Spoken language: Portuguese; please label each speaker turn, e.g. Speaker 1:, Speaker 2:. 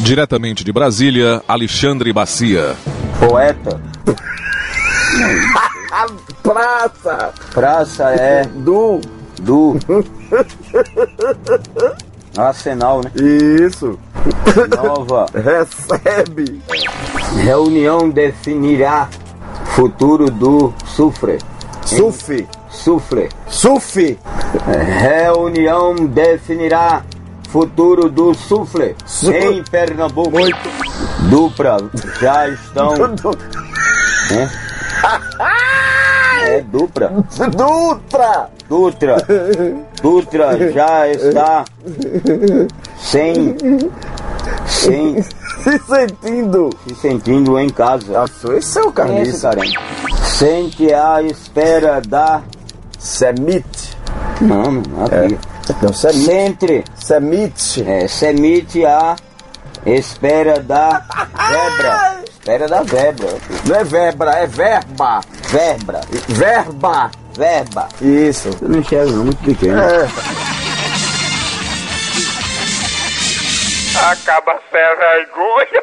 Speaker 1: Diretamente de Brasília, Alexandre Bacia.
Speaker 2: Poeta.
Speaker 3: Praça!
Speaker 2: Praça é
Speaker 3: Du!
Speaker 2: do Arsenal, né?
Speaker 3: Isso!
Speaker 2: Nova
Speaker 3: Recebe!
Speaker 2: reunião definirá futuro do Sufre.
Speaker 3: Sufi!
Speaker 2: Sufre.
Speaker 3: Sufi!
Speaker 2: Reunião definirá futuro do Sufre
Speaker 3: Su-
Speaker 2: em Pernambuco.
Speaker 3: Muito!
Speaker 2: Dupla já estão.
Speaker 3: Du-
Speaker 2: né? É dupla.
Speaker 3: Dutra!
Speaker 2: Dutra. Dutra já está sem. sem
Speaker 3: Se sentindo!
Speaker 2: se sentindo em casa.
Speaker 3: A sua é seu
Speaker 2: Quem é esse
Speaker 3: carniça!
Speaker 2: cara? Sente a espera da.
Speaker 3: Semite!
Speaker 2: Não, não, aqui.
Speaker 3: É. Não, Semite!
Speaker 2: Sente.
Speaker 3: Semite!
Speaker 2: É, semite a espera da vebra. Espera da vebra.
Speaker 3: Não é verbra, é verba!
Speaker 2: Verbra.
Speaker 3: Verba!
Speaker 2: Verba.
Speaker 3: Isso!
Speaker 2: Eu não enxergo, não, muito pequeno.
Speaker 3: É.
Speaker 4: Acaba sem vergonha.